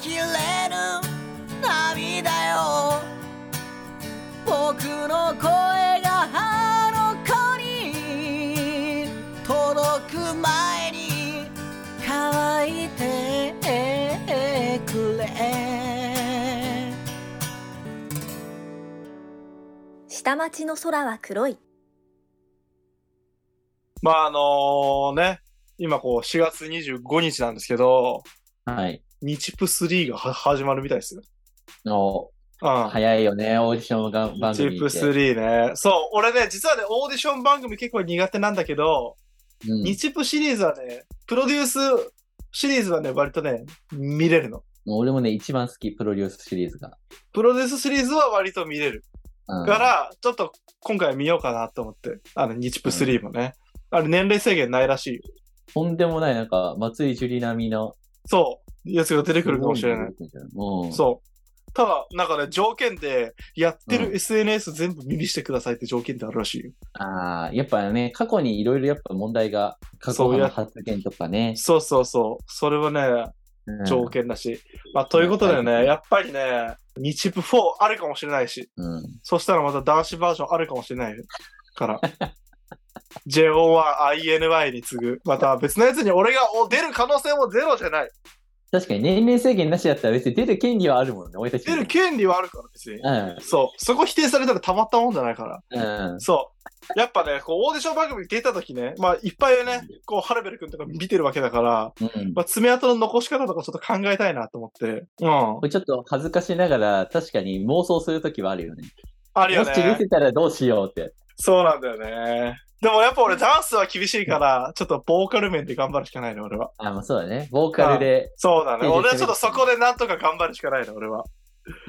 きれぬ涙よ僕の声があの子に届く前に乾いてくれ下町の空は黒い。まああのね、今こう4月25日なんですけど、はい。日プ3がは始まるみたいですよ。の、うん。早いよね、オーディションが番日組プって。 3ね。そう、俺ね、実はね、オーディション番組結構苦手なんだけど、うん、日プシリーズはね、プロデュースシリーズはね、割とね、見れるの。俺もね、一番好き、プロデュースシリーズが。プロデュースシリーズは割と見れる。うんから、ちょっと今回見ようかなと思って、あの、日プ3もね。あれ、年齢制限ないらしいよ。とんでもない、なんか、松井樹里並みの。そう、やつが出てくるかもしれない。うん。そう。ただ、なんかね、条件で、やってる SNS 全部耳してくださいって条件であるらしいよ。ああ、やっぱね、過去にいろいろやっぱ問題が、過去そうのや発言とかね。そうそうそう。それはね、うん条件だし。まあ、ということではね、いやっぱりね、日プ4あるかもしれないし、うん。そしたらまた男子バージョンあるかもしれないから。JO1INY に次ぐ。また別のやつに俺がお出る可能性もゼロじゃない。確かに年齢制限なしだったら別に出る権利はあるもんね、俺たち。出る権利はあるから別に。うん。そう。そこ否定されたらたまったもんじゃないから。うん。そう。やっぱね、こう、オーディション番組出た時ね、まあ、いっぱいね、こう、ハルベル君とか見てるわけだから、うんまあ、爪痕の残し方とかちょっと考えたいなと思って。うんこ。れちょっと恥ずかしながら、確かに妄想するときはあるよね。あるよもし出ね。てたらどうしようって。そうなんだよね。でもやっぱ俺ダンスは厳しいから、ちょっとボーカル面で頑張るしかないね、俺は。あ、まあそうだね。ボーカルで。そうだね。いいですね俺はちょっとそこでなんとか頑張るしかないね、俺は。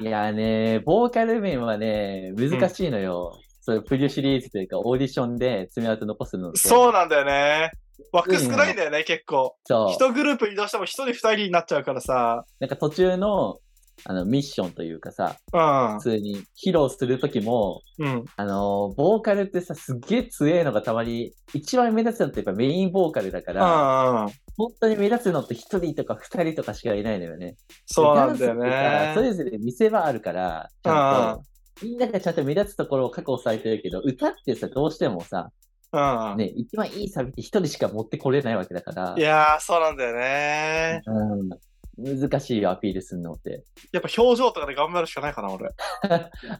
いやーね、ボーカル面はね、難しいのよ。そういうプリュシリーズというか、オーディションで爪痕残すのって。そうなんだよね。枠少ないんだよね、結構。そう。一グループ移動しても一人二人になっちゃうからさ。なんか途中の、あの、ミッションというかさ、うん普。通に披露するときも、うん。あのーボーカルってさ、すっげえ強えのがたまに、一番目立つのってやっぱメインボーカルだかうら、んうん。本当に目立つのって一人とか二人とかしかいないのよね。そうなんだよダンスってさそね。れぞれ見せ場あるから、ちゃんと、みんながちゃんと目立つところを確保されてるけど、歌ってさ、どうしてもさ、うん。ね、一番いいサビって一人しか持ってこれないわけだからい、やー、そうなんだよね。うん、難しいよ、アピールするのって。やっぱ表情とかで頑張るしかないかな、 俺。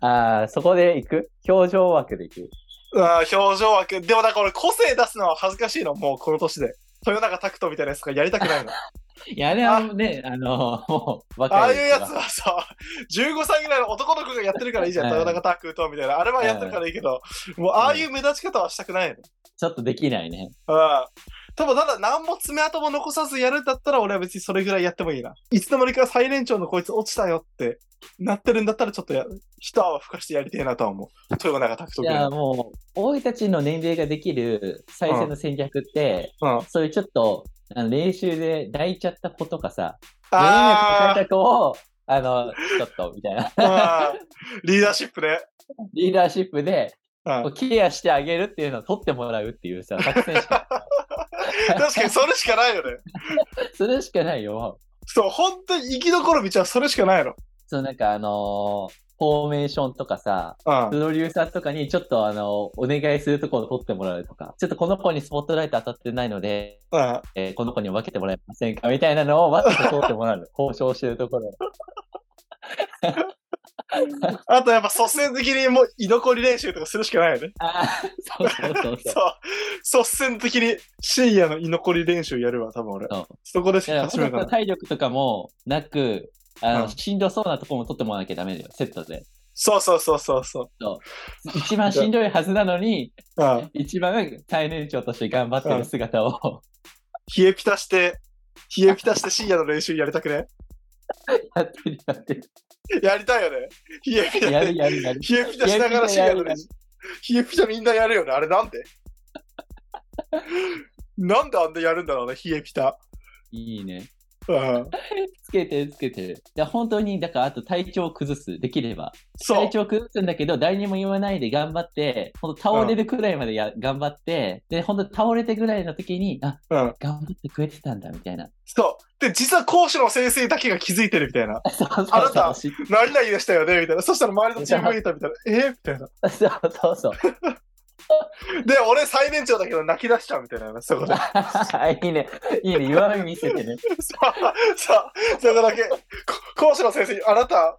ああ、そこで行く表情枠で行く。うん、表情枠。でもなんか俺、個性出すのは恥ずかしいの、もうこの年で。豊永拓人みたいなやつとかやりた くないの。いや、ね、あのね、あの、もう、ああ若いいうや人がつはさ、15歳ぐらいの男の子がやってるからいいじゃん、うん豊永拓人みたいな。あれはやってるからいいけど、もうああいう目立ち方はしたくないの。ちょっとできないね。うん。多分ただ何も爪痕も残さずやるんだったら俺は別にそれぐらいやってもいいな。いつの間にか最年長のこいつ落ちたよってなってるんだったらちょっとや一泡吹かしてやりてえなとは思う。豊永拓人い君。や、もう、俺たちの年齢ができる最善の戦略って、うん。そういうちょっと、あの練習で抱いちゃった子とかさ、迷惑あ抱いた子を、あの、ちょっと、みたいな。あうんリーダーシップね。リーダーシップで、うんこうケアしてあげるっていうのを取ってもらうっていうさ、作戦しか、確かにそれしかないよね。それしかないよ。そう、本当に生き残る道はそれしかないの。そう、なんかあのーフォーメーションとかさ、うんプ。ロデューサーとかにちょっとあのお願いするところを取ってもらうとか、ちょっとこの子にスポットライト当たってないので、うん。えーこの子に分けてもらえませんかみたいなのをわざと取ってもらうの。交渉してるところ。あとやっぱ率先的にもう居残り練習とかするしかないよね。ああ、そうそうそうそう。そう。率先的に深夜の居残り練習やるわ、多分俺。そうそこでしだかから始める本か当はな。体力とかもなく、あの、うんしんどそうなところも取ってもらわなきゃダメだよ、セットで。そうそうそうそうそ一番しんどいはずなのに、う。うん。一番最年長として頑張ってる姿を 冷えピタして、冷えピタして深夜の練習やりたくね。やってるやってる。やりたいよね。冷えピタやで。るやるやる。冷えピタしながら深夜の練習。冷えピタみんなやるよね。あれ なんでなんであんなやるんだろうね、冷えピタ。いいね。うん、つけてるつけてる。で本当に、だからあと体調を崩す、できれば。そう体。調崩すんだけど、誰にも言わないで頑張って、本当倒れるくらいまでや、頑張って、で、本当倒れてぐらいの時に、あ、うん、頑張ってくれてたんだ、みたい な。そう。で、実は講師の先生だけが気づいてるみたいな。そうそうあなたそう。何々でしたよねみたいな。そしたら周りのチームメイトみたい な。えみたいな。そうそうそう。で、俺最年長だけど泣き出しちゃうみたいな。そこで。 いいね。いいね。弱み見せてね。さあ、さあ、そこだけ、こ講師の先生に、あなた、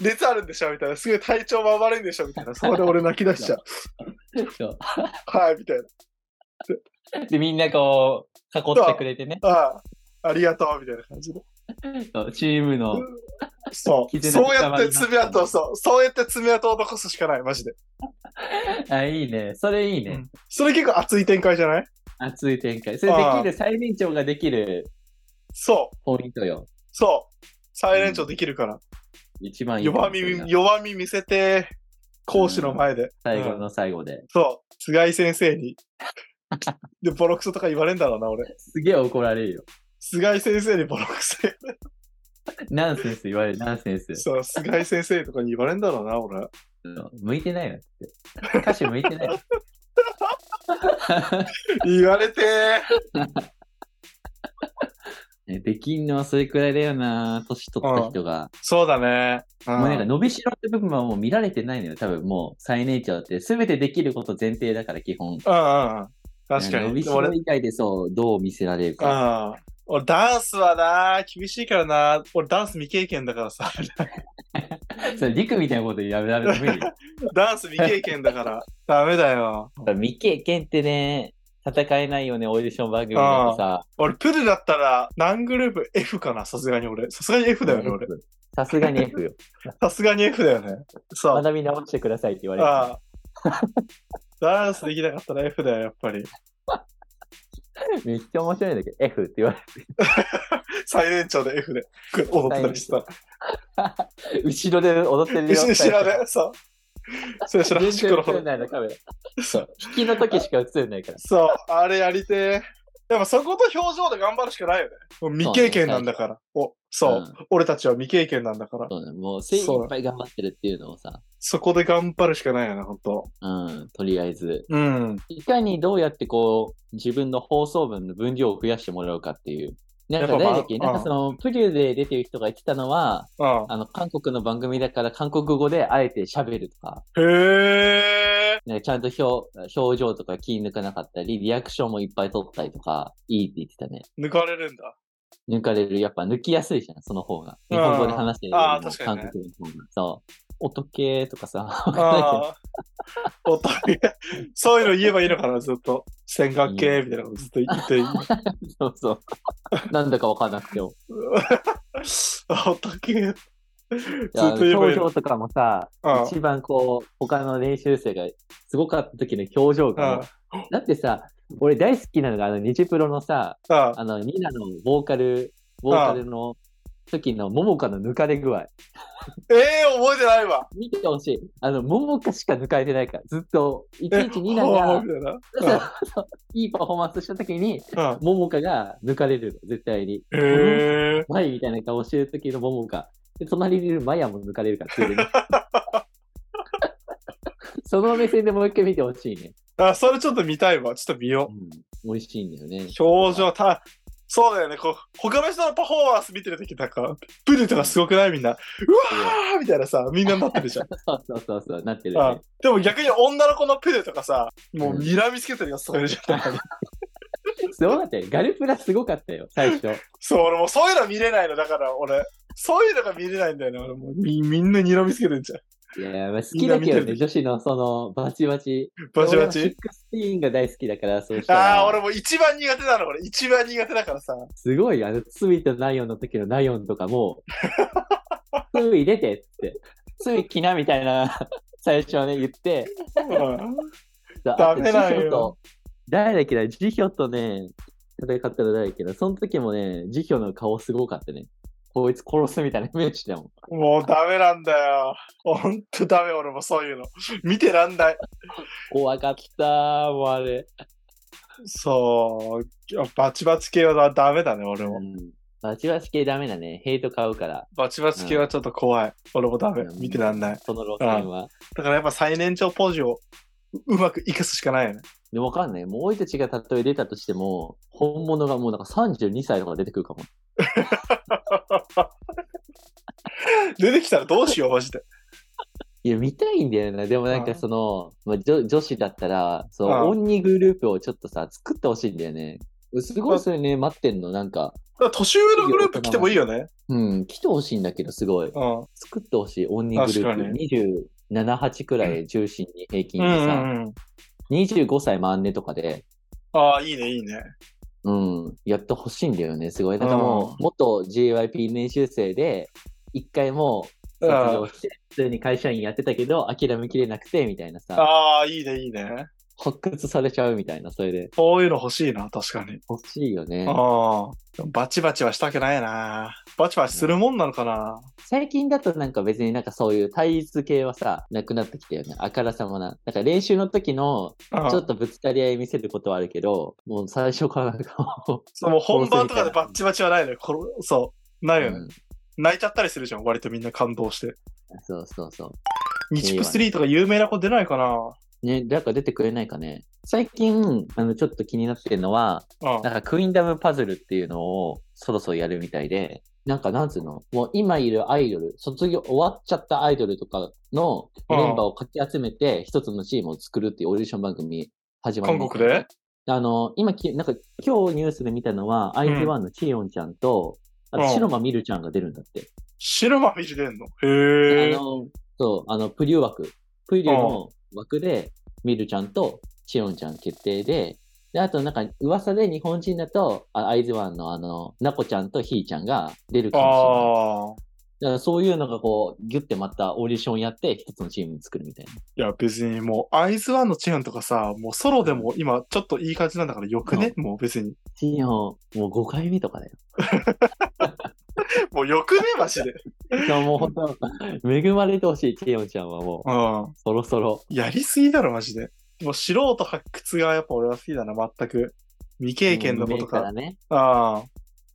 熱あるんでしょみたいな、すごい体調も悪いんでしょみたいな、そこで俺泣き出しちゃう。そう はい、みたいな。で、みんなこう、囲ってくれてね。ああ、ありがとう、みたいな感じで。そうチームの、そう。絆そうが深やっまてりますね爪痕を、そう。そうやって爪痕を残すしかない、マジで。あ、いいね。それいいね。うんそれ結構熱い展開じゃない熱い展開。それできる、最年長ができるそう、ポイントよ。そう。最年長できるから。一番いいかも弱しみれない、、弱み見せて、講師の前で。最後うんの最後で。そう、菅井先生 に。で、ボロクソとか言われんだろうな、俺。すげえ怒られるよ。菅井先生にボロクソ言ナンセンス言われる、ナンセンス。そう、菅井先生とかに言われんだろうな、俺。うん向いてないよって。歌詞向いてないよ。言われてねできんのはそれくらいだよな。年取った人が。そうだね。うもうなんか伸びしろって部分はもう見られてないのよ。多分もう最年長って全てできること前提だから基本。うんうんうん。確か伸びに。しでも俺ろ、以外でそう、どう見せられるか。うん。俺ダンスはな、厳しいからな。俺ダンス未経験だからさ。 それ、陸みたいなことやめられる無理。やっダンス未経験だから。ダメだよ。ぱ未経験ってね、戦えないよね、オーディション番組なんてさ。俺プルだったら何グループ F かな、さすがに俺。さすがに F だよね、俺。さすがに F よ。さすがに F だよね。そう。学び直してくださいって言われる。ああダンスできなかったら F だよ、やっぱり。めっちゃ面白いんだけど、F って言わ最年長で F で踊ってたりしてた。れる。後ろで踊ってる後ろ後ろで。で、そう。そう、後ろ全端っこ然の映方ん。ないの、カメラ。そう、引きの時しか映んないから。そうあれやりてー。やっぱそこと表情で頑張るしかないよね。もう未経験なんだから。お、そう、うん俺たちは未経験なんだから。そうねもう精一杯頑張ってるっていうのをさ、そこで頑張るしかないよね、ほんと。うん、とりあえず。うん。いかにどうやってこう、自分の放送分の分量を増やしてもらうかっていう。なんかやっぱまあ誰だっけ、なんかその、プリューで出てる人が言ってたのは、ああの、韓国の番組だから韓国語であえて喋るとか、へえ。ね、ちゃんと表表情とか気抜かなかったり、リアクションもいっぱい取ったりとか、いいって言ってたね。抜かれるんだ。抜かれる、やっぱ抜きやすいじゃん、その方が。うん日本語で話してるよりあーも確かに韓ね国の方が。そう。音系とかさ、わかんないけど ああ。おとり、そういうの言えばいいのかな、ずっと。線学系みたいなことずっと言 って。そうそう。 なんだかわかんなくても。おとり。ずっいやと言えばい表いの情とかもさ、うん一番こう、他の練習生がすごかった時の表情がもう、だってさ、俺大好きなのが、あの、ニジプロのさ、あああの、ニナのボーカル、ボーカルの時のモモカの抜かれ具合。ええ覚えてないわ。見てほしい。あの、モモカしか抜かれてないから、ずっと、いちいちニナほうがみ、たいな。いいパフォーマンスした時に、うんうんモモカが抜かれるの、絶対に。へえ。前みたいな顔してる時のモモが、で隣にいるマヤも抜かれるから、つ いでにその目線でもう一回見てほしいね。あ、それちょっと見たいわ。ちょっと見よ美味しいんだよね。う。表情、た、そうだよね。こう、他の人のパフォーマンス見てるときなんか、プリとかすごくないみんな。うわーみたいなさ、みんななってるじゃん。そうそうそうそう、なってるあよね。でも逆に女の子のプリとかさ、もううん睨みつけてるやつとかいるじゃん。すごかったよ。ガルプラすごかったよ、最初。そう、俺もうそういうの見れないの。だから俺、そういうのが見れないんだよね。俺もうみみんな睨みつけてるじゃん。いや、まあ、好きだけどみんな見てね、る女子のその、バチバチ。バチバ俺はシチッ。クスティーンが大好きだから、そうしたら。ああ、俺もう一番苦手なの。俺、一番苦手だからさ。すごい、あの、ツイとナヨンの時のナヨンとかも う、ツイ出てっつって、ツイ来なみたいな、最初はね、言って、うんそうダメなんよあとジヒョと誰だっけな、ジヒョとね、戦ったら誰だっけな、その時もね、ジヒョの顔すごかったね。こいつ殺すみたいな 目してたもん。もうダメなんだよ。ほんとダメ、俺もそういうの。見てらんない。怖かったー、もうあれ。そう、バチバチ系はダメだね、俺うも。んバチバチ系ダメだね。ヘイト買うから、バチバチ系はちょっと怖い。俺もダメ。うん見てらんない。その路線は。だからやっぱ最年長ポジをううまく生かすしかないよね。でもわかんない。もう俺たちが例え出たとしても、本物がもうなんか32歳とか出てくるかも。出てきたらどうしよう、マジで。いや、見たいんだよな。でもなんあかーその、まあ、女女子だったら、そあーう、オンニグループをちょっとさ、作ってほしいんだよね。すごいそれね、待ってんの。なんか、だから年上のグループ来てもいいよね。うん、来てほしいんだけど、すごい。うん。作ってほしい、オンニグル確かープ。27、8くらい中心に平均うでさ、んうんうん。 25歳マンネとかで、ああ、いいね、いいね。うん、やってほしいんだよね、すごい。だからもうう、元 JYP 練習生で、一回もう卒業して、普通に会社員やってたけど、諦めきれなくて、みたいなさ、ああ、いいね、いいね。発掘されちゃうみたいな、それで。こういうの欲しいな、確かに。欲しいよね。ああ。バチバチはしたくないな。バチバチするもんなのかな。最近だとなんか別になんかそういう対立系はさ、なくなってきたよね。あからさまな。なんか練習の時の、うんちょっとぶつかり合い見せることはあるけど、もう最初からなんかもそうもう本番とかでバッチバチはないのよ。これそう。なう、いよね、うん泣いちゃったりするじゃん、割とみんな感動して。そうそうそう。日プ3とか有名な子出ないかな。ね、誰か出てくれないかね。最近、あの、ちょっと気になってるのは、うんなんかクイーンダムパズルっていうのをそろそろやるみたいで、なんかなんつうの、もう今いるアイドル、卒業終わっちゃったアイドルとかのメンバーをかき集めて、一つのチームを作るっていうオーディション番組始まるみた韓い国であの、今き、なんか今日ニュースで見たのは、アイズワンのチーヨンちゃんと、あうんと、白間みるちゃんが出るんだって。白間見て出んのへえあ。の、そう、あの、プリュー枠。プリューの枠で、ミルちゃんとチロンちゃん決定で、で、あとなんか、噂で日本人だと、あアイズワンのあの、ナコちゃんとヒーちゃんが出るかもああ。しれない。だからそういうのがこう、ギュってまたオーディションやって、一つのチーム作るみたいな。いや、別にもう、アイズワンのチェーンとかさ、もうソロでも今、ちょっといい感じなんだからよくね、もう別に。チヨン、もう5回目とかだよ。もうよくね、 マジで。いやもう本当、恵まれてほしい、チヨンちゃんはもう、うん。そろそろ。やりすぎだろ、マジで。もう素人発掘がやっぱ俺は好きだな、全く。未経験のこと無名か。らね。ああ。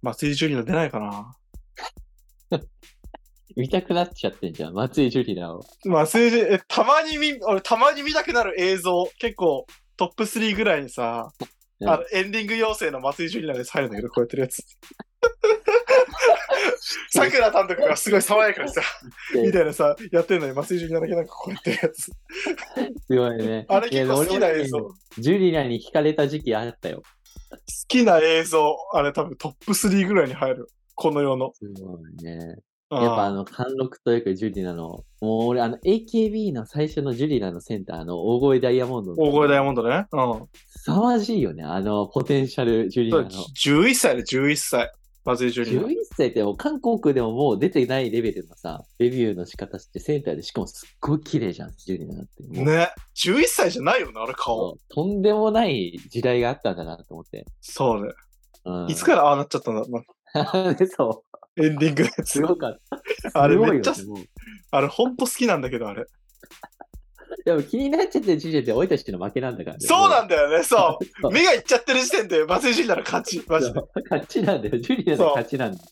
松井ジュリーの出ないかな。見たくなっちゃってんじゃん。松井ジュリナを。松井ジュリー、えたまに見、俺たまに見たくなる映像、結構トップ3ぐらいにさ、うんあのエンディング妖精の松井ジュリーのやつ入るんだけど、こうやってるや つ。さくらさんとかがすごい爽やかにさ、みたいなさ、やってるのに松井ジュリーだけなんかこうやってるやつ。すごいね。あれ結構好きないや映俺像。もね好ジュリナに惹かれた時期あったよ。きな映像、あれ多分トップ3ぐらいに入る。この世の。すごいね。ややっぱあの、貫禄というか、ジュリナの、もう俺、あの、AKB の最初のジュリナのセンターの大声ダイヤモンド。大声ダイヤモンド。モンドね。う凄まじいよね、あの、ポテンシャル、ジュリん。ナだの。 11歳で11歳。松井ジュリーの。 11歳ってもう韓国でももう出てないレベルのさ、レビューの仕方してセンターで、しかもすっごい綺麗じゃん、ジュリナって。もうね。11歳じゃないよな、あれ顔。とんでもない時代があったんだなと思って。そうね。うん、いつからああなっちゃったんだろうなら そう。エンディングのやつ。すごかった。あれすごいよめっちゃね、もうあれほんと好きなんだけど、あれ。でも気になっちゃってる時点で俺たちの負けなんだから、ね。そうなんだだよね、そう。そう目がいっちゃってる時点で、松井ジュリーなら勝ち。マジで。勝ちなんだよ。ジュリアの勝ちなんだよ。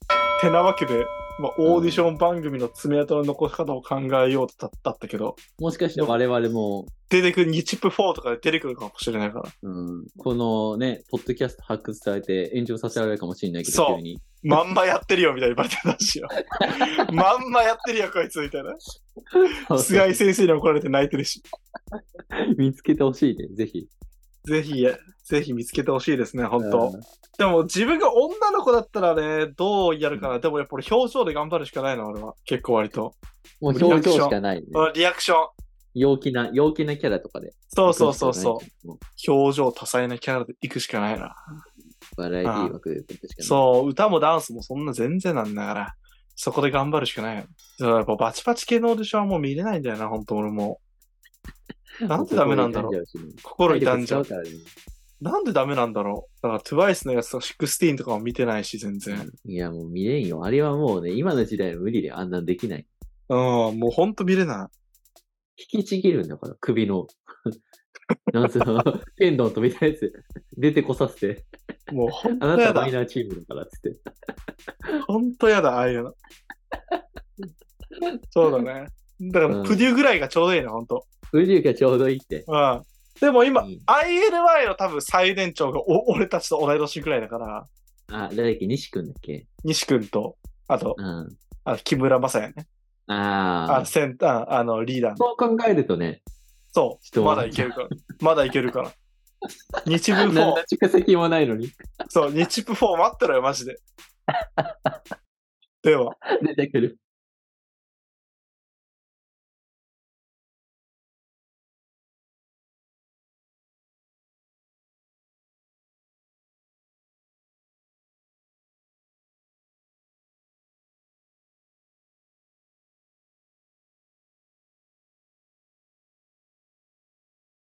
てなわけで、まあ、オーディション番組の爪痕の残し方を考えようだったったけど、もしかして我々も、出てくる、2チップ4とかで出てくるかもしれないから。うん、このね、ポッドキャスト発掘されて炎上させられるかもしれないけそうど、急に。まんまやってるよ、みたいにバレてた しよ。まんまやってるよ、こいつ、みたいな。菅井先生に怒られて泣いてるし。 見つけてほしいね、ぜひ。ぜひ、ぜひ見つけてほしいですね、本当う。んでも自分が女の子だったらね、どうやるかな。でもやっぱ俺表情で頑張るしかないな、俺は。結構割と。もう表情しかない、ね。リアクション。陽気な、陽気なキャラとかで。。そうそうそうそうもうう。表情多彩なキャラで行くしかないな。バラエティー枠で撮ってしかない。そう、歌もダンスもそんな全然なんだから、そこで頑張るしかないよ。だからやっぱバチバチ系のオーディションはもう見れないんだよな、本当俺 も。なんでダメなんだろう。心心痛ん痛じじゃゃうう。。体力使うからねなんでダメなんだろう。だから TWICE のやつとか16とかも見てないし、全然。いや、もう見れんよ。あれはもうね、今の時代は無理であんなんできない。うん、もうほんと見れない。引きちぎるんだから、 首の。なんつうの、ペンダントみたいなやつ、出てこさせて。もう本当あなたやはだマイ。ナーチームだからっつって。本当やだ、ああいうの。そうだね。だから、うんプデュぐらいがちょうどいいな、本当。ウリュウがちょうどいいって。うん。でも今、うん ILY の多分最年長がお 俺たちと同い年ぐらいだから、あ、誰だっけ西君だっけ西君と、あと、うん。あの木村正也ね。あああ。センター、あの、リーダーの。そう考えるとね、そちう。ょっとまだいけるから。まだいける から。日舞何4の。蓄積もないのにそう、日プ4待ってろよ、マジで。では、出てくる。